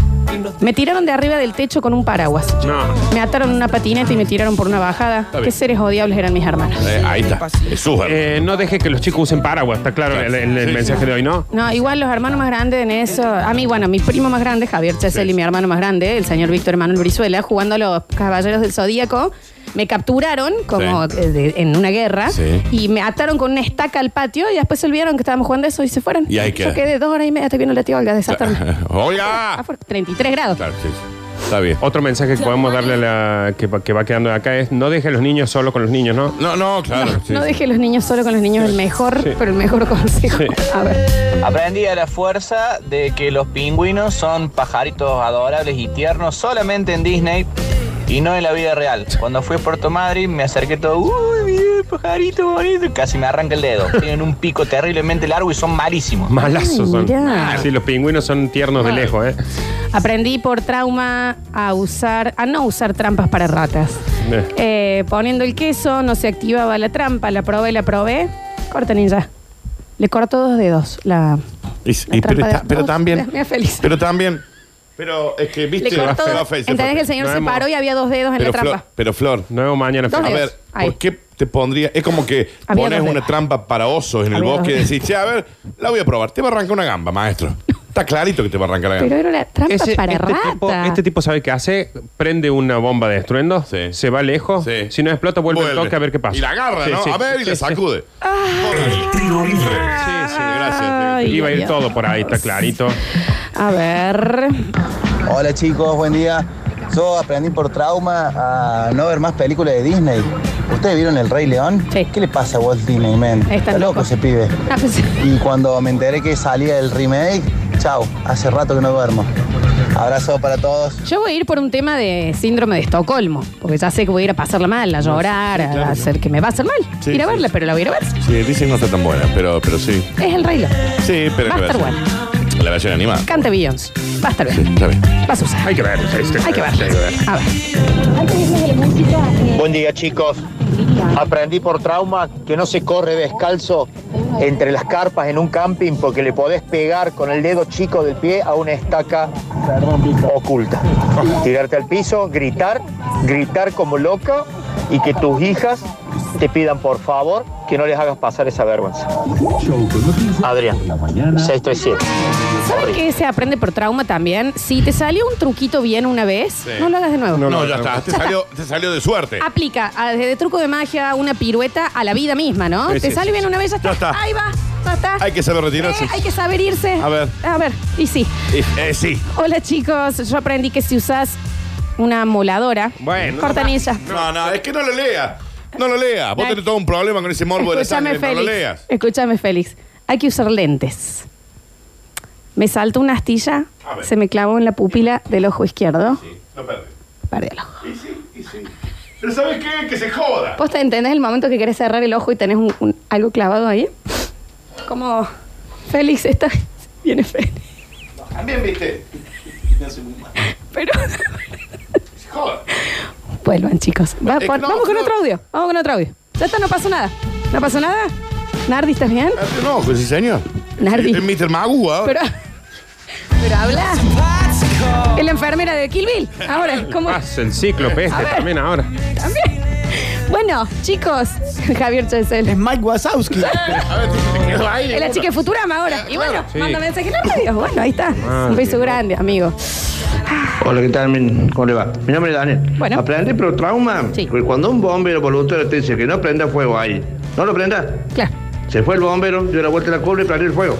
Me tiraron de arriba del techo con un paraguas.
No.
Me ataron una patineta y me tiraron por una bajada.
bien.
Qué seres odiables eran mis hermanos.
Eh, ahí está. Jesús,
Eh, no deje que los chicos usen paraguas, está claro el, el- el mensaje de hoy, ¿no?
No, igual los hermanos más grandes en eso. A mí, bueno, mi primo más grande, Javier Chesel, y mi hermano más grande, el señor Víctor Manuel Brizuela, jugando a los Caballeros del Zodíaco. me capturaron como
Sí.
eh, de- en una guerra
Sí.
y me ataron con una estaca al patio y después se olvidaron que estábamos jugando eso y se fueron.
Y ahí
Yo
queda.
quedé dos horas y media, estoy viendo la tía Olga desatarme.
¡Oiga!
Ah, por 33 grados.
Está bien.
Otro mensaje que podemos darle a la que, va- que va quedando acá es no deje a los niños solo con los niños, ¿no?
No, no, claro.
No deje los niños solo con los niños, el mejor, pero el mejor consejo. A ver.
Aprendí a la fuerza de que los pingüinos son pajaritos adorables y tiernos solamente en Disney y no en la vida real. Cuando fui a Puerto Madryn me acerqué todo, uy, mira el pajarito bonito, y casi me arranca el dedo. Tienen un pico terriblemente largo y son malísimos.
Malazos son. Ah,
mirá.
Sí, los pingüinos son tiernos de lejos, ¿eh?
Aprendí por trauma a usar, a no usar trampas para ratas.
Eh.
Eh, poniendo el queso, no se activaba la trampa, la probé, la probé. Corten y ya. Le corto dos dedos. La,
Y- y- pero,
trampa de-
ta- pero
Uf,
también.
me feliz.
Pero también. Pero es que, viste,
le corto
se Este va a
dos.
fe- se
Entendés
fue.
que el señor se paró y había dos dedos en
Pero
la trampa.
Flor, pero Flor.
Nuevo mañana.
Dos
A
dedos.
ver,
Ahí.
¿por qué te pondría? Es como que
Había
pones
dos
una
dedos.
trampa para osos en el
Había
bosque y
dos
decís, che, a ver, la voy a probar. Te va a arrancar una gamba, maestro. Está clarito que te va a arrancar la
Pero
gamba.
era una trampa
Ese-
para
este
rata.
tipo, este tipo sabe qué hace, prende una bomba de estruendo, se va lejos, si no explota vuelve, al
Vuelve.
toque a ver qué pasa.
Y la agarra,
Sí,
¿no?
sí.
a ver, y
Sí,
la
sí.
sacude. El tiro libre. Sí, sí, gracias.
Ay,
Iba a ir
Dios.
todo por ahí, está clarito.
A ver.
Hola chicos, buen día. Yo aprendí por trauma a no ver más películas de Disney. ¿Ustedes vieron El Rey León? ¿Qué le pasa a Walt Disney, man? Está loco ese pibe. Y cuando me enteré que salía el remake, chao, hace rato que no duermo. Abrazo para todos.
Yo voy a ir por un tema de síndrome de Estocolmo, porque ya sé que voy a ir a pasarla mal, a llorar, a hacer que me va a hacer mal.
Sí,
ir a
sí,
verla, pero la voy a ir a ver.
Sí, dicen no está tan buena, pero, pero sí.
Es el rey. León.
Sí, pero
Va a
es que
estar
la
bueno.
versión- La versión animada.
Canta Beyoncé. Va a estar bien.
Está bien.
Vas a usar.
Hay que ver. este.
Hay que ver. A ver.
Buen día chicos. Aprendí por trauma que no se corre descalzo entre las carpas en un camping porque le podés pegar con el dedo chico del pie a una estaca oculta. Tirarte al piso, gritar, gritar como loca y que tus hijas te pidan por favor que no les hagas pasar esa vergüenza. Adrián, 637.
¿Saben qué se aprende por trauma también? Si te salió un truquito bien una vez,
Sí.
no lo hagas de nuevo.
No, ya está. Te salió, te salió de suerte.
Aplica a- desde truco de magia una pirueta a la vida misma, ¿no?
Sí,
te
sí,
sale
sí,
bien
sí.
una vez, ya está.
Ya está.
Ahí va, ya está.
Hay que saber retirarse.
Eh, hay que saber irse.
A ver.
A ver, y sí.
Eh, eh, sí.
Hola chicos, yo aprendí que si usas una moladora,
Bueno.
cortanilla.
No, no, es que no lo lea. No lo lea. Vos tenés todo un problema con ese morbo de la sangre. No lo leas.
Escúchame, Félix. Hay que usar lentes. Me saltó una astilla, se me clavó en la pupila del ojo izquierdo.
No perdés.
Perdí el ojo.
Y sí, y sí. Pero ¿sabes qué? Que se joda.
¿Vos te entendés el momento que querés cerrar el ojo y tenés un- un- algo clavado ahí? Como, Félix, está, viene Félix.
También viste.
Pero
Se joda.
vuelvan, chicos. Va,
Eh,
por-
no,
vamos con
Flor.
otro audio. Vamos con otro audio. Ya está, no pasó nada. ¿No pasó nada? Nardi, ¿estás bien?
No, pues sí, señor.
Nardi.
Es ¿ah? Mr. Magu ahora.
Pero, pero habla. Es la enfermera de Kill Bill. Ahora, ¿cómo?
Pasa el cíclope
A
este
ver.
también ahora.
También. Bueno, chicos, Javier Chesel. Es Mike Wazowski. es la chica de Futurama ahora. Y bueno,
Sí.
manda mensaje en la radio. Bueno, ahí está.
Ah,
Un beso grande, amigo.
Hola, ¿qué tal? Men? ¿Cómo le va? Mi nombre es Daniel. Bueno. ¿Aprende pero trauma? Porque cuando un bombero voluntario te dice que no prenda fuego ahí, no lo prenda.
Claro.
Se fue el bombero, dio la vuelta a la cobra y prendió el fuego.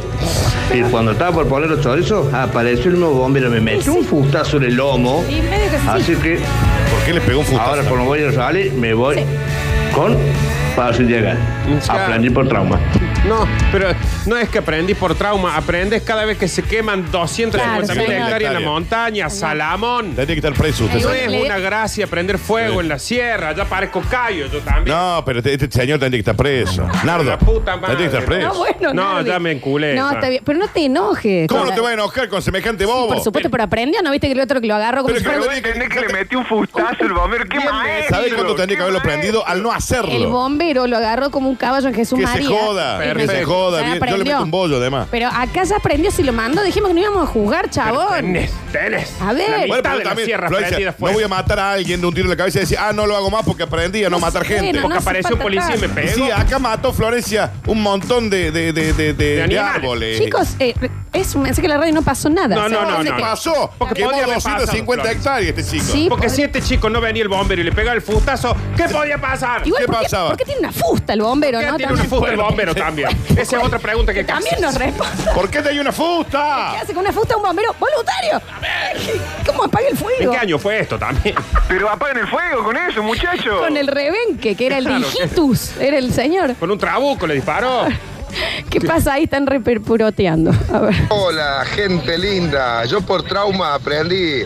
Y cuando estaba por poner los chorizos, apareció el nuevo bombero, me metió un fustazo en el lomo.
Y medio que sí.
Así que.
¿Por qué le pegó un fustazo?
Ahora, cuando voy al rally, me voy con paso y llegar. Aprendí por trauma.
No, pero no es que aprendís por trauma, aprendes cada vez que se queman 250 mil
Claro, señor.
hectáreas en la montaña, Salamón.
Tiene que estar preso usted.
No
señor.
es una gracia prender fuego en la sierra, ya parezco callo yo también.
No, pero este, este señor tendría que estar preso. Nardo.
La puta madre.
Tendría que estar preso.
No, Ah, bueno,
No,
Nardi.
ya me enculé.
No,
ya.
está bien. Pero no te enojes.
¿Cómo no
Cara.
te va a enojar con semejante bobo?
Por supuesto, pero aprendió, ¿no viste que el otro que lo agarró como si fuera un-
que le metí un fustazo el bombero. ¿Qué maestro? ¿Sabés cuándo tendría que haberlo prendido? Al no hacerlo.
El bombero lo agarró como un caballo en Jesús
que
María.
se joda,
Y me-
que se joda.
Ya
bien. Yo le
aprendió.
mete un bollo, además.
Pero acá ya aprendió si lo mandó. Dijimos que no íbamos a jugar, chabón.
tenés.
A ver.
Bueno, pero también, Florencia,
pues.
no voy a matar a alguien de un tiro en la cabeza y decir, ah, no lo hago más porque aprendí a no,
No
matar
sé,
gente.
no, Porque no hace apareció un falta policía y me tanto. pegó.
Sí, acá mató Florencia un montón de, de, de, de, de- de
animales.
árboles.
Chicos, eh, es un mensaje que la radio no pasó nada.
No,
O sea,
no, no,
parece
no.
que-
Pasó.
Porque
Quemó
podía haber
250
pasado,
hectáreas este chico.
Sí,
Porque si este chico no venía el bombero y le pegaba el fustazo, ¿qué podía pasar?
Igual, ¿por, qué, por qué tiene una fusta el bombero, no?
tiene una
También-
fusta el bombero también? Esa es otra pregunta que
También nos responde.
¿Por qué te hay una fusta?
¿Qué hace con una fusta un bombero voluntario? ¿Cómo apaga el
¿En
fuego?
qué año fue esto también? Pero apaguen el fuego con eso, muchachos.
Con el rebenque, que era el
Claro,
digitus, era el señor.
Con un trabuco le disparó.
¿Qué pasa ahí? Están reperpuroteando. A ver.
Hola, gente linda. Yo por trauma aprendí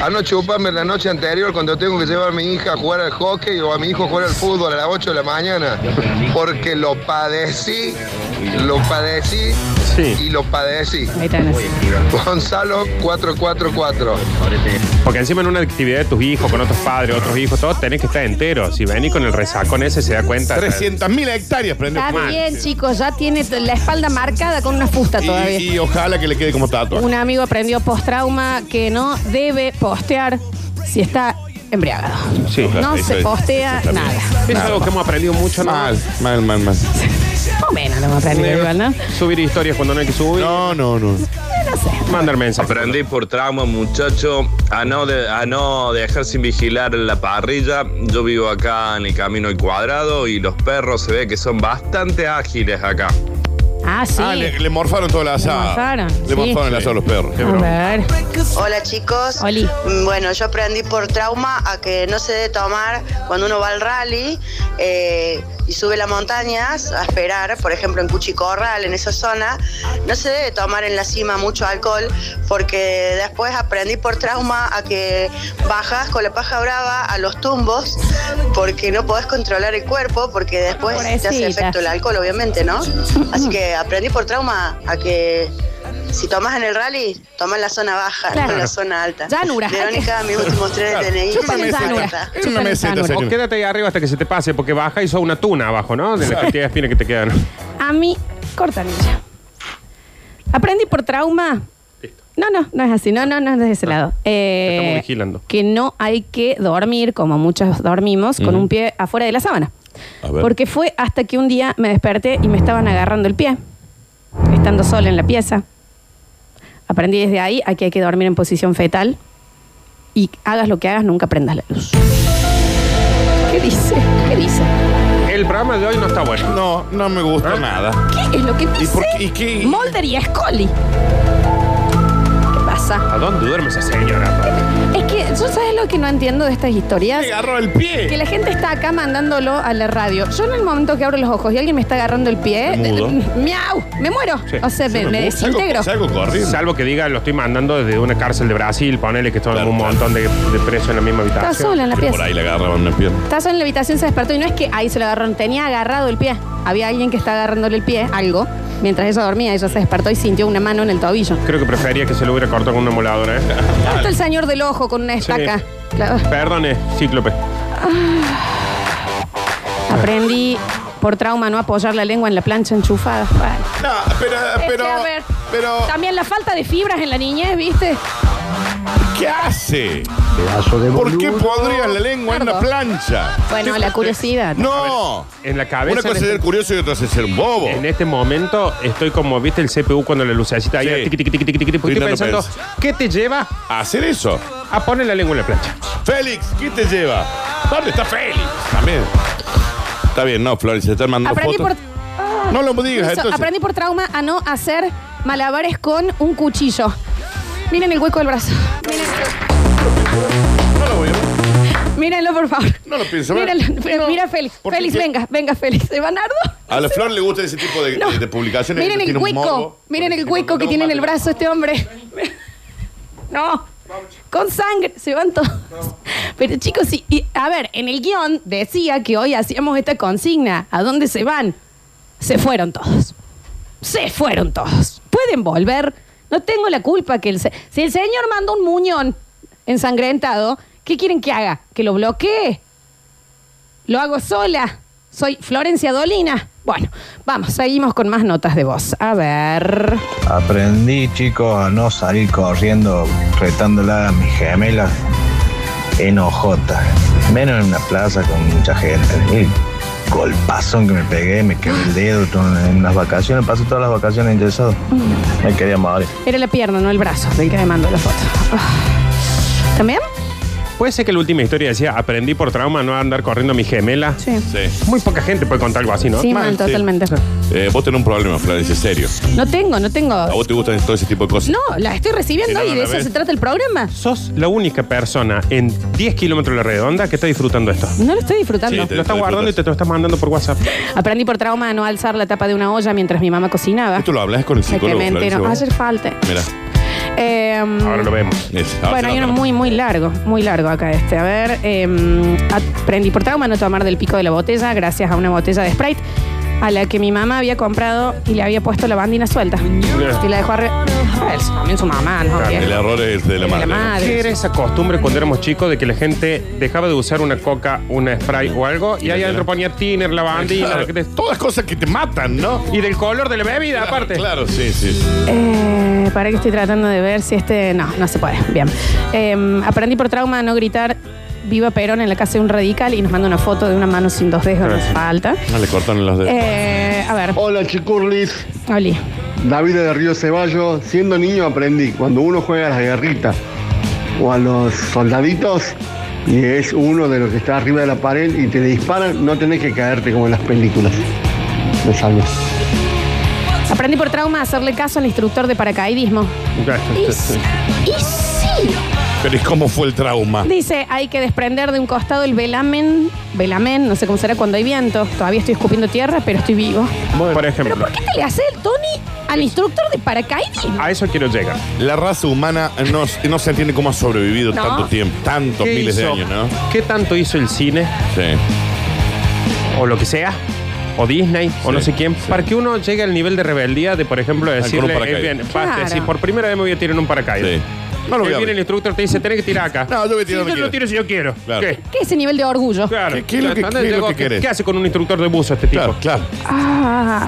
a no chuparme la noche anterior cuando tengo que llevar a mi hija a jugar al hockey o a mi hijo a jugar al fútbol a las 8 de la mañana. Porque lo padecí, lo padecí y lo padecí. Gonzalo 444.
Porque encima en una actividad de tus hijos, con otros padres, otros hijos, todos tenés que estar entero. Si venís con el resacón ese, se da cuenta.
300.000 hectáreas prende
Está bien, chicos, ya tiene t- la espalda marcada con una fusta todavía.
Y, y ojalá que le quede como tatuaje.
Un amigo aprendió post-trauma que no debe postear si está embriagado.
Sí, claro,
no
eso
se
es-
postea
eso está
nada.
Es algo que hemos aprendido mucho, ¿no?
Mal, mal, mal, mal.
Más o menos lo hemos aprendido igual, Oh, ¿no?
Subir historias cuando no hay que subir.
No, no, no.
Mandar mensaje.
Aprendí por trauma, muchacho, a no, de- a no dejar sin vigilar la parrilla. Yo vivo acá en el camino al cuadrado y los perros se ve que son bastante ágiles acá.
Ah, sí.
Ah, le, le morfaron toda la asada.
morfaron,
Le
sí.
morfaron el asado a los perros.
Hola chicos. Mm, Bueno, yo aprendí por trauma a que no se debe tomar cuando uno va al rally eh, y sube las montañas a esperar, por ejemplo en Cuchicorral, en esa zona, no se debe tomar en la cima mucho alcohol porque después aprendí por trauma a que bajas con la paja brava a los tumbos porque no podés controlar el cuerpo porque después te hace
Pobrecita.
efecto el alcohol, obviamente, ¿no? Así que aprendí por trauma a que si tomas en el rally, tomas en la zona baja,
Claro.
no en la zona alta.
Llanura.
Verónica, mis últimos tres
Claro.
DNI.
Chúpame
son
llanura.
alta.
Chúpame llanura.
O quédate ahí arriba hasta que se te pase, porque baja y sos una tuna abajo, ¿no? De las
Claro.
cantidad de espinas que te quedan.
A mí, cortanilla. Aprendí por trauma. No, no, no es así. No, no, no es de ese lado. Eh,
Estamos vigilando.
que no hay que dormir, como muchos dormimos, con
Ujú.
un pie afuera de la sábana.
A ver.
Porque fue hasta que un día me desperté y me estaban agarrando el pie, estando sola en la pieza. Aprendí desde ahí a que hay que dormir en posición fetal y hagas lo que hagas, nunca prendas la luz. ¿Qué dice? ¿Qué dice?
El programa de hoy no está bueno.
No, no me gusta nada.
¿Qué es lo que dice? Mulder y Scully. ¿Qué pasa?
¿A dónde duerme esa señora?
Es que, ¿yo sabes lo que no entiendo de estas historias?
Me agarró el pie.
Que la gente está acá mandándolo a la radio. Yo en el momento que abro los ojos y alguien me está agarrando el pie,
Me mudo.
de- miau, me muero.
Sí.
O sea, me, me desintegro.
Salvo que diga, lo estoy mandando desde una cárcel de Brasil, ponele que estaba un montón de, de presos en la misma habitación.
sola en la pieza.
Por ahí le agarraban una pierna.
Estás en la habitación, se despertó y no es que ahí se lo agarraron, tenía agarrado el pie. Había alguien que estaba agarrándole el pie, algo. Mientras ella dormía, ella se despertó y sintió una mano en el tobillo.
Creo que prefería que se lo hubiera cortado con una moladora, ¿eh?
Ahí Está el señor del ojo con una estaca. Claro.
Perdone, cíclope.
Aprendí por trauma no apoyar la lengua en la plancha enchufada. Bueno.
No, pero, pero,
a ver,
pero-
También la falta de fibras en la niñez, ¿viste?
¿Qué hace? ¿Por qué podrías la lengua en una plancha?
Bueno, la curiosidad.
No.
En la cabeza.
Una cosa es ser
curioso y otra es ser un bobo. En este momento estoy como, viste, el CPU cuando la lucecita ahí. tiqui, tiqui, tiqui, tiqui, tiqui, porque estoy
Brindando
pensando, ¿qué te lleva
a hacer eso?
A poner la lengua en la plancha.
Félix, ¿qué te lleva? ¿Dónde está Félix? También. Está bien, no, Flores, se están mandando
Aprendí
fotos.
por, Ah.
No lo digas,
Eso,
entonces.
aprendí por trauma a no hacer malabares con un cuchillo. Miren el hueco del brazo. Mírenlo, por favor.
No lo pienso ver.
Mírenlo. Fe- Mira, Félix. Félix, venga, venga, Félix. ¿De Banardo?
A la Flor le gusta ese tipo de, de- de publicaciones.
Miren
Tiene
el
un
hueco.
morbo.
Miren el hueco que tiene en el brazo este hombre. No. Con sangre. Se van todos. Pero chicos, sí, y- a ver, en el guión decía que hoy hacíamos esta consigna. ¿A dónde se van? Se fueron todos. Se fueron todos. Pueden volver. No tengo la culpa que el... se- si el señor manda un muñón ensangrentado, ¿qué quieren que haga? ¿Que lo bloquee? Lo hago sola. Soy Florencia Dolina. Bueno, vamos, seguimos con más notas de voz. A ver.
Aprendí, chicos, a no salir corriendo retándola a mis gemelas en OJ. Menos en una plaza con mucha gente. El golpazón que me pegué, me quebré el dedo en las vacaciones. Paso todas las vacaciones ingresado. Me quería madre.
Era la pierna, no el brazo, del que me mandó la foto. Ah. ¿También?
Puede ser que la última historia decía, aprendí por trauma no a andar corriendo a mi gemela. Sí. Muy poca gente puede contar algo así, ¿no?
Sí, mal,
Mal,
totalmente.
Eh, vos tenés un problema, Florencia, serio.
No tengo, no tengo.
¿A vos te gustan todo ese tipo de cosas?
No, la estoy recibiendo
Eran
y
a
de
la
eso
vez.
se trata el programa.
Sos la única persona en 10 kilómetros de la redonda que está disfrutando esto.
No lo estoy disfrutando.
lo estás guardando y te lo estás mandando por WhatsApp.
Aprendí por trauma a no alzar la tapa de una olla mientras mi mamá cocinaba.
Esto lo hablas con el
Me
psicólogo.
quemé
Florencia,
entero.
vos.
Ayer falta.
Mira,
Em,
ahora lo vemos.
Bueno, hay uno muy, muy largo, muy largo acá este. A ver, eh, aprendí por trauma a no tomar del pico de la botella gracias a una botella de Sprite a la que mi mamá había comprado y le había puesto la bandina suelta. Y la dejó arriba. A ver, también su mamá, ¿no? Bien.
El error es de la madre. ¿no?
¿Qué era esa costumbre cuando éramos chicos de que la gente dejaba de usar una coca, una spray o algo y ahí adentro ponía tiner, lavandina,
Claro.
que te-
Todas cosas que te matan, ¿no?
Y del color de la bebida, aparte.
Claro, sí, sí.
Eh, para que estoy tratando de ver si este. No, no se puede. Bien. Eh, aprendí por trauma a no gritar Viva Perón en la casa de un radical y nos manda una foto de una mano sin dos dedos, no
Gracias.
falta.
No le cortaron los dedos.
Eh, a ver.
Hola, Chicurlis.
Oli.
David de Río Ceballos, siendo niño aprendí, cuando uno juega a las guerritas o a los soldaditos y es uno de los que está arriba de la pared y te disparan, no tenés que caerte como en las películas. Me salvo.
Aprendí por trauma a hacerle caso al instructor de paracaidismo. Y sí.
Pero ¿y cómo fue el trauma?
Dice, hay que desprender de un costado el velamen, velamen, no sé cómo será cuando hay viento. Todavía estoy escupiendo tierra, pero estoy vivo.
por ejemplo.
¿Por qué te le hace el Tony al instructor de paracaidismo?
A eso quiero llegar.
La raza humana no, no se entiende cómo ha sobrevivido
No.
tanto tiempo, tantos
¿Qué
miles de
hizo?
años, ¿no?
¿Qué tanto hizo el cine?
Sí.
O lo que sea. O Disney, o no sé quién, para que uno llegue al nivel de rebeldía de, por ejemplo, decirle,
con un
eh,
paracaídas.
bien, basta,
Claro.
si por primera vez me voy a tirar en un paracaídas.
No lo voy
Que
a
viene
abrir.
el instructor te dice, tenés que tirar acá.
No, yo voy a tirar
Sí,
donde
yo lo
quiera.
tiro si yo quiero.
Claro.
¿Qué?
¿Qué es ese nivel de orgullo?
Claro.
¿Qué- qué es lo que-
¿Entendés?
qué es lo
Digo,
que querés?
¿Qué hace con un instructor de buzo este tipo? Claro,
claro.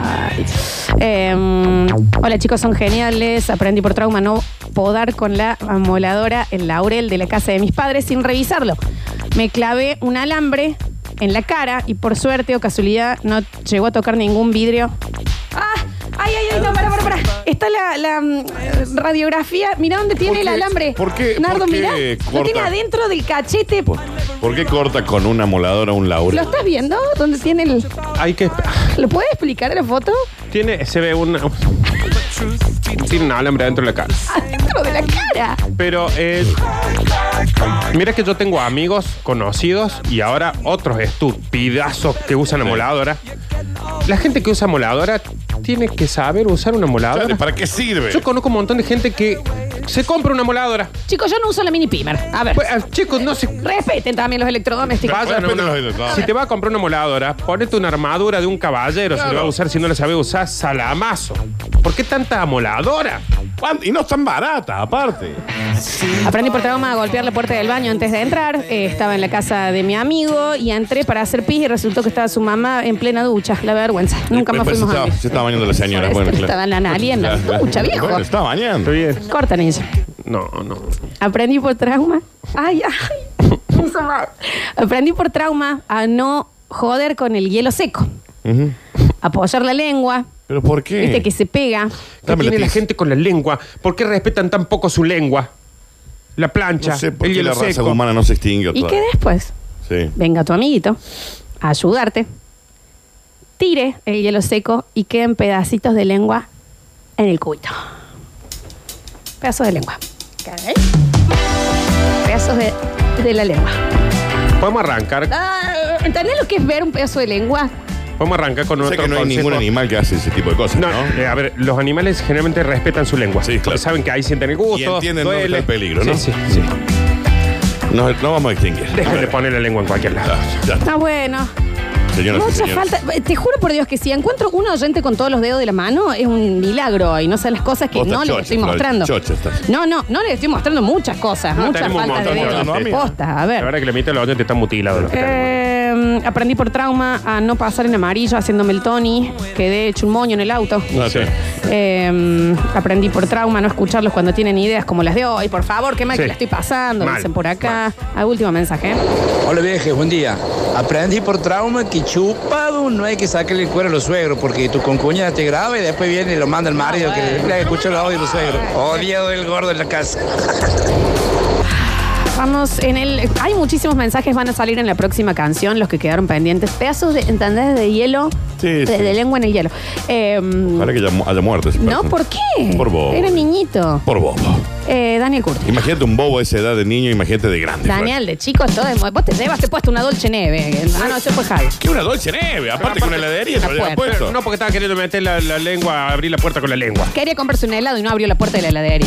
Em, hola chicos, son geniales. Aprendí por trauma no podar con la amoladora en laurel de la casa de mis padres sin revisarlo. Me clavé un alambre en la cara y por suerte o casualidad no llegó a tocar ningún vidrio. ¡Ah! ¡Ay, ay, ay! No, para, para, para. Está la, la, mm, radiografía. Mira dónde tiene el alambre.
por qué-
Nardo,
por qué
mirá. Lo
corta?
tiene adentro del cachete.
¿Por qué corta con una moladora un
¿Lo
laurel?
estás viendo? ¿Dónde tiene el.?
Hay que.
¿Lo puedes explicar a la foto?
Tiene, se ve un. Tiene un alambre adentro de la cara.
Adentro de la cara.
Pero eh, mira que yo tengo amigos conocidos y ahora otros estupidazos que usan amoladora. La gente que usa amoladora tiene que saber usar una amoladora.
Claro, ¿para qué sirve?
Yo conozco un montón de gente que se compra una amoladora. Pues, ah,
Chicos, yo no uso la mini pimer. A ver.
Pues,
chicos, no se.
Respeten también los electrodomésticos.
Vayan a una- si te va a comprar una moladora, ponete una armadura de un caballero si lo va a usar, si no la sabe usar, salamazo. ¿Por qué tanta amoladora?
Y no es tan barata, aparte.
Aprendí por trauma a golpear la puerta del baño antes de entrar. Eh, estaba en la casa de mi amigo y entré para hacer pis y resultó que estaba su mamá en plena ducha. La vergüenza. Nunca más
Después
fuimos a
Eh, pues, estaba, se estaba bañando la señora. Bueno, claro.
Estaba la nariz en la
Claro, claro.
ducha, viejo.
Bueno, estaba bañando.
bien.
Corta, ninja.
No, no.
Aprendí por trauma. Ay, ay. Eso va. Aprendí por trauma a no joder con el hielo seco.
Ujú.
Apoyar la lengua.
¿Pero por qué?
Viste que se pega.
¿Qué tiene la gente con la lengua? ¿Por qué respetan tan poco su lengua? La plancha,
No sé por
el
qué
hielo
la raza
seco.
humana no se extingue.
¿Y qué
todavía.
después?
Sí.
venga tu amiguito a ayudarte, tire el hielo seco y queden pedacitos de lengua en el cubito. Pedazos de lengua. ¿Caray? Pedazos de, de la lengua.
Podemos arrancar,
Ah, ¿Entendés lo que es ver un pedazo de lengua?
podemos arrancar con
Sé
otro
que no hay
consejo.
ningún animal que hace ese tipo de cosas,
No,
¿no?
eh, a ver, los animales generalmente respetan su lengua. Porque saben que ahí sienten el gusto.
Y entienden dónde
duele.
está el peligro, ¿no?
Sí, sí, sí.
No, no vamos a extinguir.
Dejen de poner la lengua en cualquier lado.
Está Ah, bueno.
Señoras y
Mucha
señores.
falta. Te juro por Dios que si encuentro un oyente con todos los dedos de la mano, es un milagro y no sé las cosas que
Vos
no
estás
le
chocha,
estoy
Flor,
mostrando.
chocha estás. Ah,
No, no, no le estoy mostrando muchas cosas.
No,
muchas
tenemos un
faltas de
montón de
dedos.
oyentes.
Posta, a ver.
La verdad que la mitad de los oyentes están mutilados. los que tenemos.
Eh, Eh, aprendí por trauma a no pasar en amarillo haciéndome el Tony. Quedé hecho un moño en el auto.
No sé.
Eh, aprendí por trauma a no escucharlos cuando tienen ideas como las de hoy. Por favor, qué mal
Sí.
que la estoy pasando.
Mal,
Dicen por acá. Ah, último mensaje.
Hola vieje, buen día. Aprendí por trauma que chupado no hay que sacarle el cuero a los suegros porque tu concuña te graba y después viene y lo manda el marido que le escuchó el audio de los suegros. Odiado el gordo en la casa.
Vamos en el. Hay muchísimos mensajes, van a salir en la próxima canción, los que quedaron pendientes. Pedazos de, ¿entendés? De hielo.
Sí,
de,
sí.
de lengua en el hielo. Eh,
Ojalá que ya mu- haya muerto. ese
no,
personaje.
¿por qué?
Por bobo.
Era niñito.
Por bobo.
Eh, Daniel Curti.
Imagínate un bobo a esa edad de niño, imagínate de grande.
Daniel, de chico, todo es mo- Vos te llevas, te puesto una Dolce Neve. Ah, no, eso fue Javi.
Que pues. una Dolce Neve, aparte con una heladería, se lo había puesto.
No, porque estaba queriendo meter la, la lengua, abrir la puerta con la lengua.
Quería comprarse un helado y no abrió la puerta de la heladería.